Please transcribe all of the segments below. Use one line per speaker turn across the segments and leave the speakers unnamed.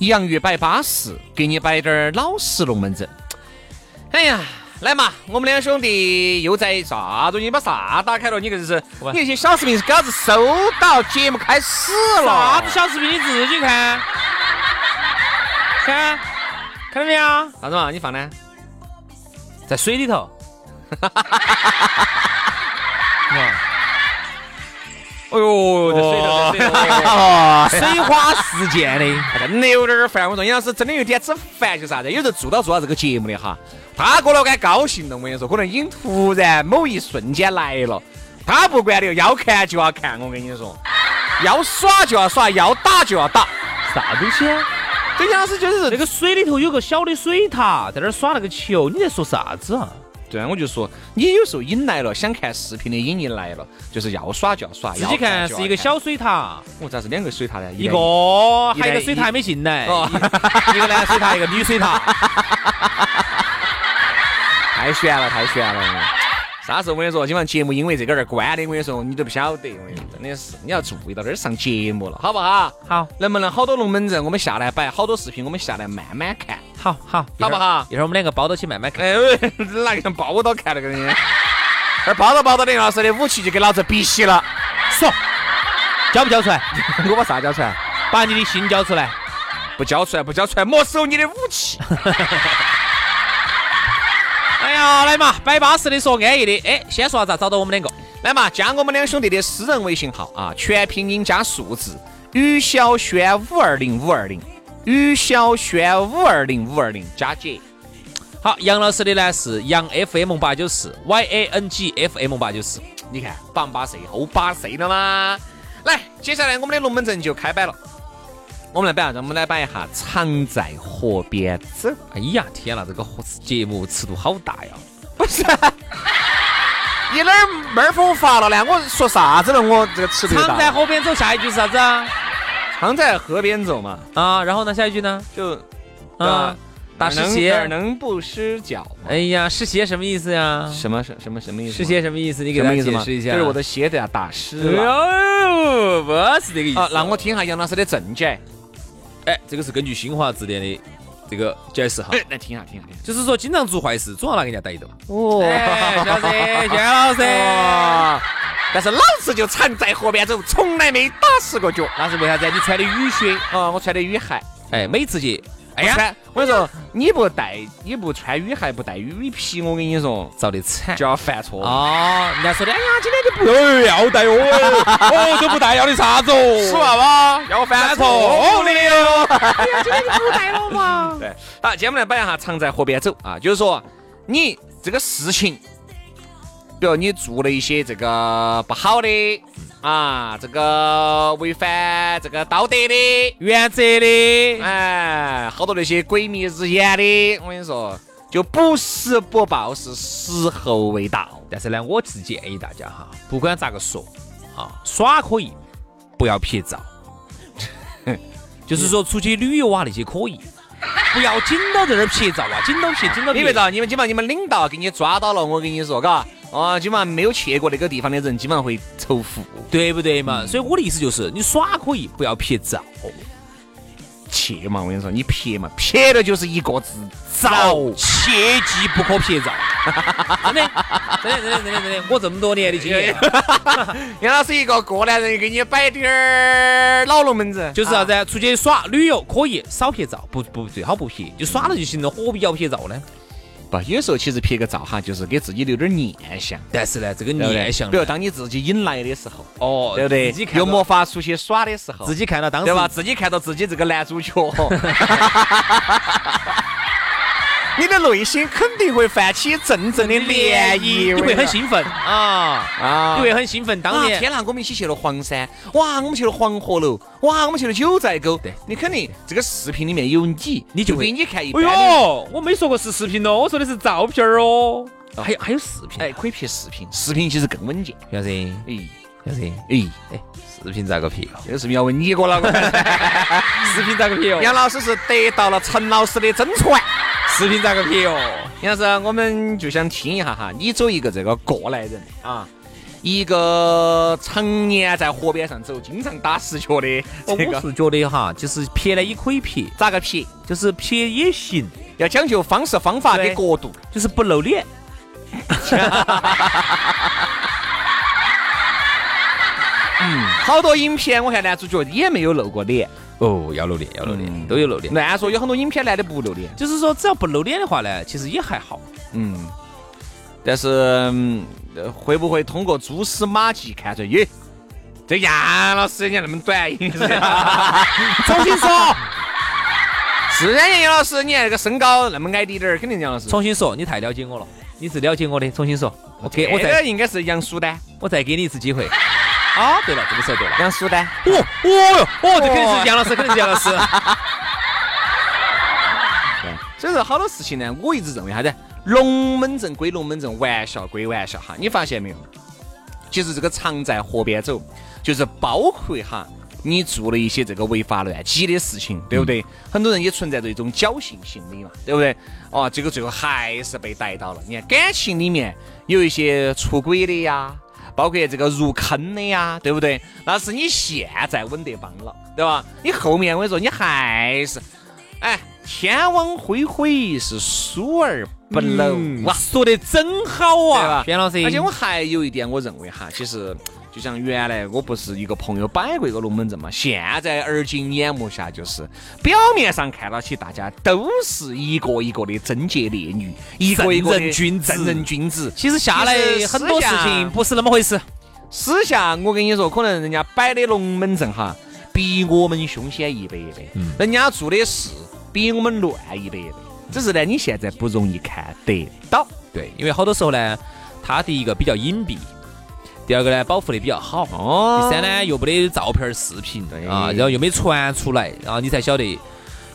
洋芋摆巴适，给你摆点儿老实龙门阵。哎呀，来嘛，我们两兄弟又在啥东西？你把啥打开了？你这是你那些小视频是给老子收到节目开始
啥
了
子？小视频你自己看，看，看到没有？
啥子嘛？你放呢？
在水里 头。
哎呦，这水头， 水头，
哦水花四溅的，
真的哎有点儿烦。我说杨老师真的有点子烦，就是啥子？有时候做到做到这个节目的哈，他过了该高兴了。我跟你说，可能已经突然某一瞬间来了，他不管的，要看就要看。我跟你说，要耍就要耍，要打就要打。
啥东西啊？
这杨老师就是
那个水里头有个小的水塔，在那儿耍那个球，你在说啥子啊？
对啊，我就说你有时候瘾来了，想看视频的瘾一来了，就是要耍就要耍，
自
要
己看
就是要
一个，小水塔，
我咋是两个水塔呢？
一个
人一
还有一
人
个水塔还没进来，
哦
一一个男水塔，一个女水塔。
太悬了，太悬了。啥时候我跟你说，今晚节目因为这个而关的，我跟你说你都不晓得，我跟你说真的是你要注意到这儿上节目了，好不好？
好，
能不能好多龙门阵我们下来摆，好多视频我们下来慢慢看，
好好，
好不好？
一会儿我们两个包到起慢慢看。
哎，哪个像包到看那个人？这包到包到的杨老师的武器就给老子比起了，
说，交不交出来？
我把啥交出来？
把你的心交出来。
不交出来，不交出来，没收你的武器。
哎呀，来嘛，摆巴适的说，安逸的。哎，先说下咋找到我们两个？
来嘛，加我们两兄弟的私人微信号啊，全拼音加数字，于小轩五二零五二零，于小轩五二零五二零加姐。
好，杨老师的呢是杨 FM 八九四，Y A N G F M 八九四。
你看，棒巴谁后巴谁了吗？来，接下来我们的龙门阵就开摆了。我们来摆啥子？我们来摆一下常在河边走。
哎呀，天呐，这个节目尺度好大呀！
不是，你哪儿妹儿风发了呢？我说啥子了？我这个吃的
常在河边走，下一句是啥子啊？
常在河边走嘛，
啊，然后呢，下一句呢？
就
啊，打湿
哪儿
鞋。
能不湿脚嘛？
哎呀，湿鞋什么意思啊呀？
什么什什么什么意思？
湿鞋什么意思？你给
什
大
么
家
意思
解
嘛？
释一下。
就是我的鞋子啊打湿
哎
了。
呦，不是这个意思。
啊，让我听下杨老师的正解。
哎，这个是根据新华字典的这个解释哈，
哎，来听下听下听下。
就是说经常做坏事，总要拿人家逮一顿。
哦
哎，老师， 薛老师，
啊但是老子就常在河边走，从来没打湿过脚。
那是为啥子？你穿的雨靴，
啊，我穿的雨鞋。
哎，每次去，哎
我
呀，
穿，我跟你说，你不带，你不穿雨鞋，不带雨披，我跟你说
遭的惨
就。要犯错。
哦，人家说的，哎呀，今天就不哎要带哦，哦都不带，要的啥子
吃
哦？
娃娃要犯错的哟。
哎带了嘛？
对，好，接下来摆一下常在河边走啊，就是说你这个事情，比如你做了一些这个不好的啊，这个违反这个道德的，
原则的，
哎，好多那些鬼迷日眼的，我跟你说，就不时不报，是时候未到。
但是呢，我是建议大家哈，不管咋个说啊，耍可以，不要拍照。 就是说出去旅游啊那些可以，不要紧到在那儿拍照啊，紧到拍，紧到
你
拍
别。着，你们基本上你们领导给你抓到了，我跟你说，嘎，哦，基本上没有去过那个地方的人，基本上会仇富。
对不对嘛？所以我的意思就是，你耍可以，不要拍照。
去嘛！我跟你说，你撇嘛，撇了就是一个字，早。
切记不可撇照。 真的，真的，真的，真的，真的，我这么多年的经验，啊
杨老师一个过来人，给你摆点儿老龙门阵，
就是啥子啊？出去耍旅游可以少撇照，不不最好不撇，就耍了就行了，何必要撇照呢？
不，有时候其实拍个照哈，就是给自己留点儿念想，
但是呢，这个
对不
念
对？
想呢，
比如当你自己引来的时候，
哦，
对不对
自己？看
又
到
没法出去耍的时候，
自己看到当时
对吧？自己看到自己这个男 主角，你的内心肯定会泛起阵阵的涟漪，
你会很兴奋啊
啊
你会很兴奋。当
哇
年
天呐，我们一起去了黄山，哇，我们去了黄河楼，哇，我们去了九寨沟。
对
你肯定这个视频里面有你，
你就会
比你看一
哎
般的。
呦，我没说过是视频哦，我说的是照片儿哦。还有还有视频，
哎，，可以拍视频，视频其实更稳健。
小子，
哎
小子，
哎，
哎，视频咋个撇哦？
这个视频要问你 哥了。
视频咋个撇哦？
杨老师是得到了陈老师的真传。
视频咋个撇哦？
杨老师，我们就想听一下哈，你作为一个这个过来人啊，一个常年在河边上走、经常打石脚的这
哦我
个，
是觉得哈，就是撇呢也可以撇，
咋个撇？
就是撇也行，
要讲究方式、方法跟
对
角度。
就是不露脸。
好多影片，我看男主角也没有露过脸。
哦，要露脸，要露脸，都有露脸。
乱说，有很多影片男的不露脸。
就是说，只要不露脸的话呢，其实也还 好。
嗯，但是、嗯呃会不会通过蛛丝马迹看出来？耶，这杨老师人家那么短， 重新说。啊是人家杨老师，你看那个身高那么矮滴点儿，肯定杨老师。
重新说，你太了解我了，你是了解我的。重新说，我给我
这
再
个应该是杨苏丹，
我再给你一次机会。啊，对了，这个说对了。
杨苏丹。
哦哦哟，哦，这肯定是杨老师，肯定是杨老 师。
所以说好多事情呢，我一直认为啥子，龙门阵归龙门阵，玩笑归玩笑哈。你发现没有？其实这个常在河边走，就是包括哈，你做了一些这个违法乱纪的事情，对不对？很多人也存在着一种侥幸心理嘛，对不对？哦，结果最后还是被逮到了。你看感情里面有一些出轨的呀。包括这个入坑的呀，对不对？那是你现在稳得帮了，对吧？你后面我跟你说，你还是哎，天网恢恢，是疏而不漏、
哇，
哇，
说的真好
对
啊
吧，
轩老师。
而且我还有一点，我认为哈，其实就像原来我不是一个朋友摆过一个龙门阵嘛，现在耳今眼目下就是表面上看到起大家都是一个一个的贞洁烈女，一个一个的
正人君子
正人君子。
其实下来
其实
很多事
私下
情不是那么回事。
私下我跟你说，可能人家摆的龙门阵哈，比我们凶险一百倍，
嗯
人家做的事比我们乱一百倍，只是呢，你现在不容易看得到。
对，因为好多时候呢，他第一个比较隐蔽，第二个呢保护的比较好，
哦
第三呢又没得照片儿、视频
对
啊，然后又没传出来，然后你才晓得，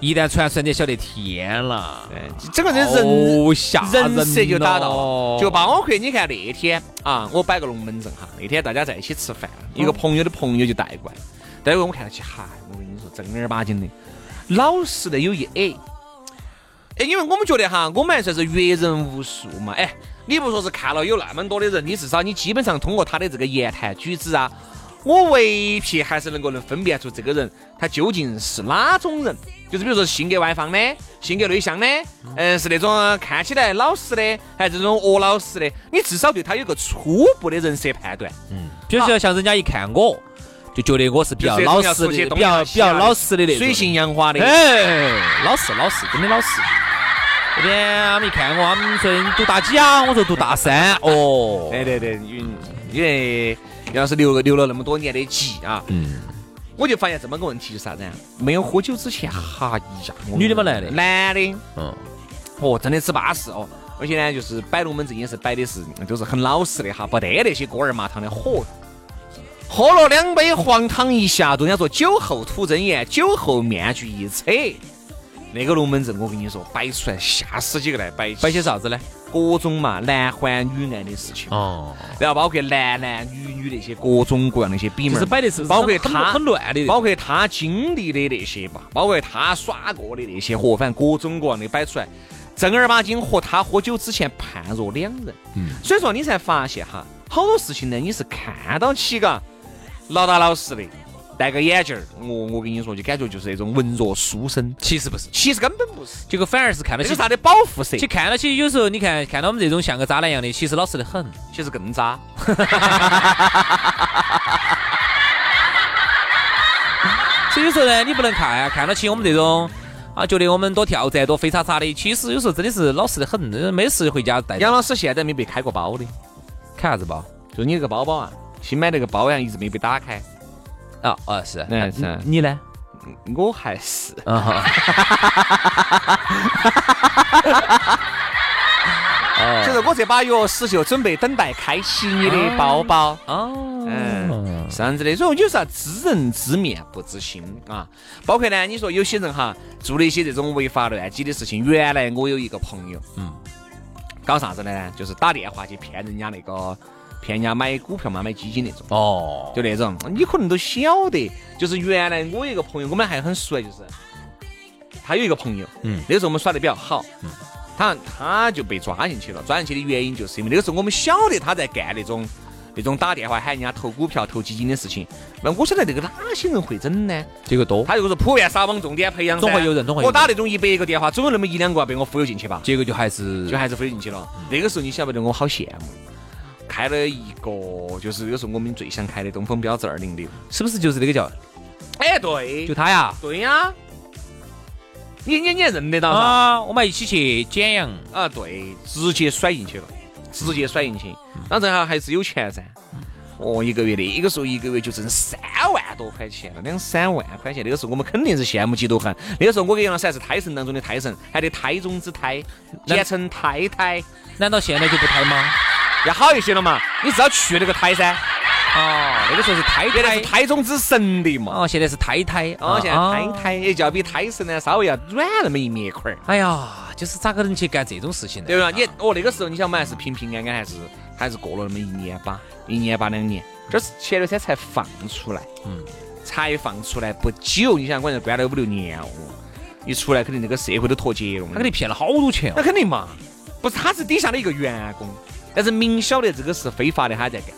一旦传出来，你才晓得天啦，
整个人人
哦吓人哦
人设就打到
了
了，就包括你看那天啊，我摆个龙门阵哈，那天大家在一起吃饭，一
嗯
个朋友的朋友就带过来，带过来我看到起，嗨，我跟你说正儿八经的，老实的有一 A。哎，因为我们觉得哈，我们还算是阅人无数嘛，哎，你不说是看了有那么多的人，你至少你基本上通过他的这个言谈举止啊，我唯皮还是能够能分辨出这个人他究竟是哪种人，就是比如说性格外放的，性格内向的，嗯、是那种看起来老实的，还是这种恶老实的，你至少对他有个初步的人设判断。
比如说像人家一看我，就觉得我是比较
就是
老
要
实
出去
的，
东
比较
亚
比
西亚
较
的
老实的那种。
水性杨花的，
哎，老实老实，真的老实。那天他们一看我，他们说你读大几啊？我说读大三。哦，
哎对对对，因因为要是留留了那么多年的级啊，
嗯，
我就发现这么个问题，就是啥子啊？没有喝酒之前，哈呀，我
女的吗男的
男的，
嗯，
哦，真的是巴适哦。而且呢，就是摆龙门阵也是摆的是，都是很老实的哈，不得那些锅儿麻汤的。嚯，喝了两杯黄汤一下肚，人家说酒后吐真言，酒后面具一扯，那个龙门阵我跟你说，摆出来吓死几个来摆，
摆些啥子呢？
各种嘛男欢女爱的事情。
哦，
然后包括男男女女那些各种各样的一些比门
就
儿，
是摆的是不是
包括
很
他
很乱的那种
包括他经历的那些吧，包括他耍过的那些货，反正各种各样的摆出来，正儿八经和他喝酒之前判若两人。嗯，所以说你才发现哈，好多事情呢，你是看到起嘎，老打老实的，戴个眼镜儿，我我跟你说，就感觉就是那种文弱书生，
其实不是，
其实根本不是，
结果反而是看到
这
起
是他的保护色
其，实看到起有时候你看看到我们这种像个渣男一样的，其实老实的很。
其实更渣。
所以有时候呢，你不能看啊看到起我们这种啊，觉得我们多挑战多飞叉叉的，其实有时候真的是老实的很，没事回家带
杨老师现在没被开过包的，
看啥子包
就你那个包包啊，新买那个包呀，一直没被打开。
啊啊是，
嗯是嗯
你你呢？
我还是
啊哈，
就是我这把钥匙就准备等待开启你的包包。
哦，
嗯，是这样子的，所以有啥知人知面不知心啊。包括呢，你说有些人哈做了一些这种违法乱纪的事情。原来我有一个朋友，嗯，搞啥子呢？就是打电话去骗人家那个骗人家买股票嘛，买基金那种。
哦，
就那种，你可能都晓得，就是原来我有一个朋友，我们还很熟，就是他有一个朋友，嗯，那个时候我们耍得比较好，嗯，他他就被抓进去了，抓进去的原因就是因为那个时候我们晓得他在干那种那种打电话喊人家投股票、投基金的事情，那我晓得那个哪些人会整呢？
这个多，
他就是普遍撒网重点培养噻，
总会有人总会有人
我打那种一百个电话，总有那么一两个被我忽悠进去吧，
结果就还是嗯
就还是忽悠进去了。那个时候你晓不得我好羡慕。开了一个，就是那个时候我们最想开的东风标致二零六，
是不是就是那个叫
哎，对，
就他呀？
对呀、你你你也认得到噻？
啊，我们一起去简阳，
啊，对，直接甩进去了，直接甩进去。
嗯
然后这下还是有钱噻，哦，一个月那个时候一个月就挣三万多块钱了，两三万块钱。那个时候我们肯定是羡慕嫉妒恨。那个时候我跟杨老师还是胎神当中的胎神，还得胎中之胎，
那
简称胎胎，
难道现在就不胎吗？
要好一些了嘛。你只要去那个胎噻，
哦，那个时候是胎
原来是
胎，
胎中之神的嘛。
哦，现在是胎胎，
哦，现在
啊
胎胎也就要比胎神呢稍微要软那么一面块儿。
哎呀，就是咋个能去干这种事情呢？啊
对吧？你哦，那个时候你想我们还是平平安安，还是还是过了那么一年吧，一年吧两年，这是前头天才放出来，嗯，才放出来不久，你想关键关了五六年哦，一出来肯定这个社会都脱节了，
他给你骗了好多钱
那
哦。
肯定嘛，不是他是底下的一个员工，但是明晓得这个是非法的，他在干。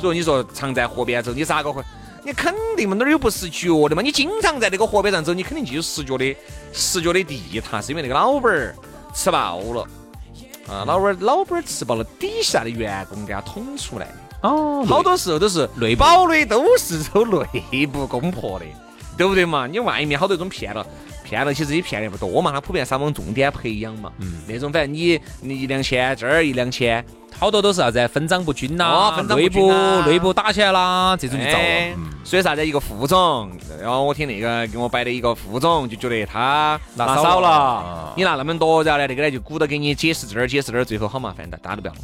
所以你说常在河边走，你咋个会？你肯定嘛，哪儿有不识脚的嘛？你经常在那个河边上走，你肯定就有识脚的识脚的地踏，是因为那个老板儿吃爆了啊，老板儿老板儿吃爆了，底下的员工给他捅出来的。
哦
好多时候都是
内部
保的都是走内部攻破的，对不对嘛？你外面好多种骗了，骗了其实也骗的不多嘛，他普遍撒网重点培养嘛，嗯，那种反正你你一两千这儿一两千，
好多都是啥子分赃不均
哦
呐
分，赃不
内
均
部
呐
内部打起来啦，这种就遭
哎
了。嗯
所以啥子一个副总，然后我听那个给我摆的一个副总就觉得他
拿
拿
少
少
了
了
啊，
你拿那么多，然后呢那个呢就鼓捣给你解释这儿解释那儿，最后好麻烦，大大家都不要了，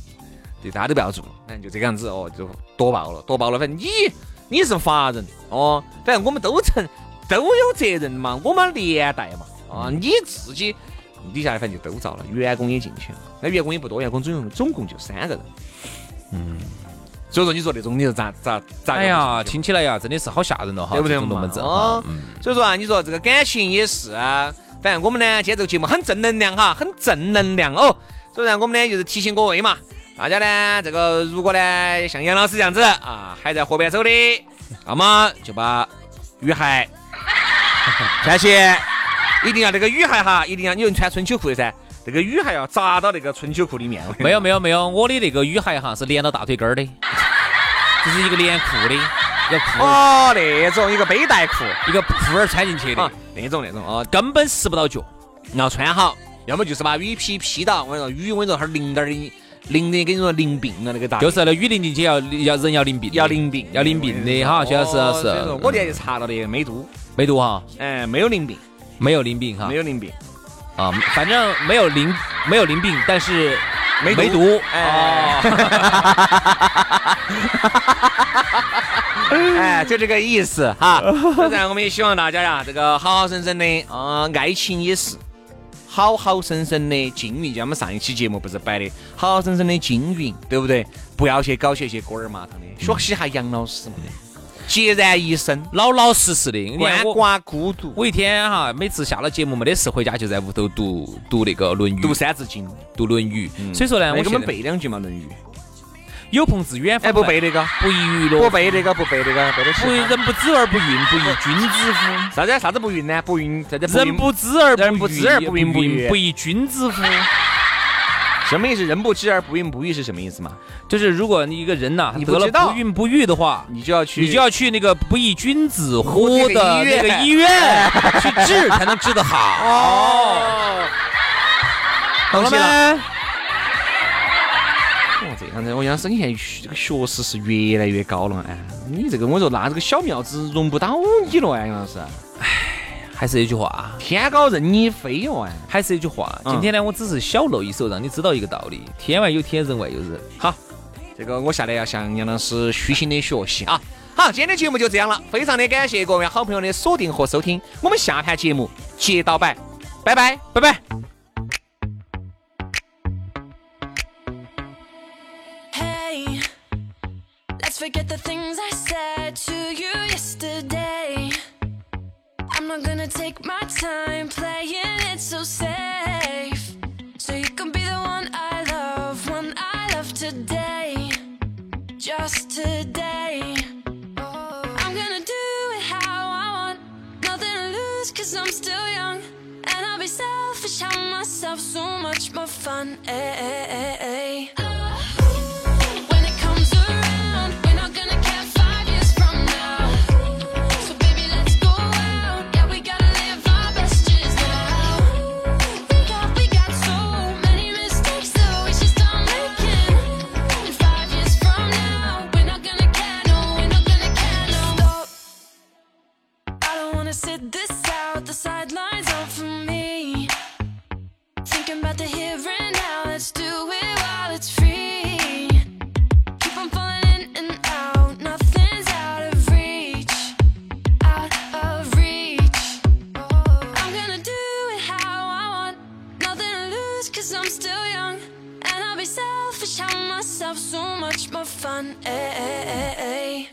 就大家都不要做了，反正就这个样子哦，就多爆了，多爆了，反正你你是法人哦，反正我们都承都有责任嘛，我们连带嘛，啊，
嗯
你自己。底下反正就都遭了，员工也进去了，那员工也不多，员工总共总共就三个人。嗯，所以说你说那种你是咋咋咋？
哎呀，听起来呀，真的是好吓人哦了哈，
对不对
这种龙门阵嗯
嘛
哈？
啊，所以说啊，你说这个感情也是啊，反正我们呢，今天这个节目很正能量哈，很正能量哦。所以呢，我们呢就是提醒各位嘛，大家呢这个如果呢像杨老师这样子啊，还在河边走的，那么就把雨鞋穿起，一定要这个雨鞋哈，一定要你人穿春秋裤的噻，这个雨鞋要扎到那个春秋裤里面。
没有没有没有，我的那个雨鞋哈是连到大腿根 儿的，就是一个连裤的，要裤
哦，那种一个背带裤
一个裤儿穿进去
啊
的，，
那种那种哦，
根本湿不到脚。
你要穿好，要么就是把雨披披到。我跟你说，雨我跟你说，哈儿淋点儿的，淋的跟你说淋病了那个大腿，
就是那雨淋进去要要人要淋病的，
哎要淋病，
要淋病的哈，薛老师
哦
是
所以说我那天就查了的，没毒，
没毒哈，
哎，没有淋病，
没有淋病哈
没，有淋病，
啊，反正没有淋没有淋病，但是
没毒
没毒
哎
哦，
哎，就这个意思哈。当然，我们也希望大家呀，这个好好生生的，啊，爱情也是。好好生生的经营，就像我们上一期节目不是摆的，好好生生的经营，对不对？不要去搞些些锅儿麻汤的，学习下杨老师嘛，孑然一身，
老老实实的，你看
鳏
我。
寡孤独，
我一天哈，每次下了节目没得事回家就在屋头读读那个《论语》，
读《三字经》。嗯哎
读《论语》所以说呢，我
给我
现
们
在
背两句嘛，《论语》。
有朋自远方
哎，不
来
背那个，
不亦娱乐，
不背那个，不背那个，背得起
不。人不知而不愠，不亦君子乎？
啥子啥子不孕呢？不孕啥子不
人
孕
不知而
人不
愠，
知而不愠不愠
不亦君子乎？
什么意思？人不知而不孕不育是什么意思嘛？
就是如果你一个人呐、
你不
得了
知道
不孕不育的话，
你就要去，
你就要去那个不亦君子乎
这个
的
医
那
院
个医院 去治，才能治得好。
哦，
懂了没？
哦，这样子，我想说你现在学这个学识是越来越高了哎，你这个我说那这个小庙子容不到你了哎，杨老师，
还是那句话啊，
天高任你飞哦哎。
还是那句话。
嗯
今天呢，我只是小露一手，让你知道一个道理：天外有天，人外有人。好，
这个我下来要向杨老师虚心的学习啊。好，今天的节目就这样了，非常的感谢各位好朋友的锁定和收听，我们下盘节目接到摆，拜拜，拜拜。
Hey, let's forget the things I said to you yesterday. I'm not gonna take my time playing it so safe. So you can be the one I love, one I love today. Just today. I'm gonna do it how I want. Nothing to lose, cause I'm still young. And I'll be selfish, have myself so much more fun. eh, eh, eh, eh. When it comes around, we're not gonna care five years from now. So baby, let's go out. Yeah, we gotta live our best years now. We got, we got so many mistakes that we should start making. In five years from now, we're not gonna care, no, we're not gonna care, no. Stop. I don't wanna sit this out. The sidelines aren't for me. Thinking about the here and now, let's do it while it's free. Keep on falling in and out, nothing's out of reach. Out of reach. Oh, I'm gonna do it how I want, nothing to lose, cause I'm still young. And I'll be selfish, have myself so much more fun. eh, eh, eh, eh.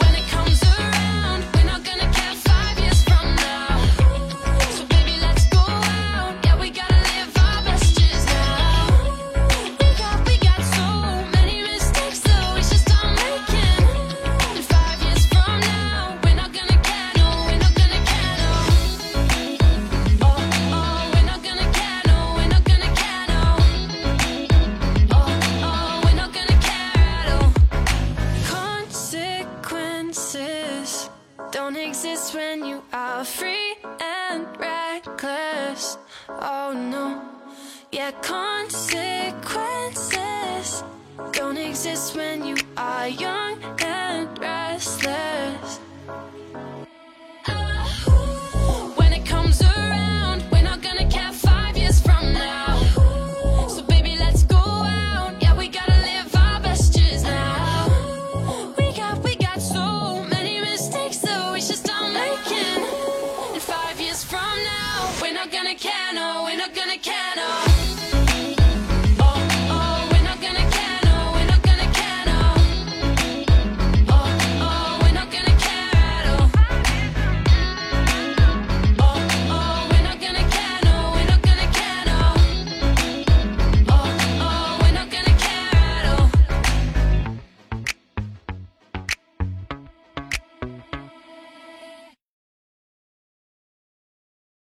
When it comes around, we're not gonna care five years from now. So baby, let's go out. Yeah, we gotta live our best years now. We got, we got so many mistakes that we should start making. In five years from now, we're not gonna care, no, we're not gonna care, no. Oh, oh, we're not gonna care, no, we're not gonna care, no. Oh, oh, we're not gonna care at all. Consequences don't exist when you are free and reckless. Oh no. Yeah, consequences don't exist when you are young and restless. When it comes around, we're not gonna care five years from now. So baby, let's go out. Yeah, we gotta live our best years now. We got, we got so many mistakes that we should start making. In five years from now, we're not gonna care, no, we're not gonna care, no.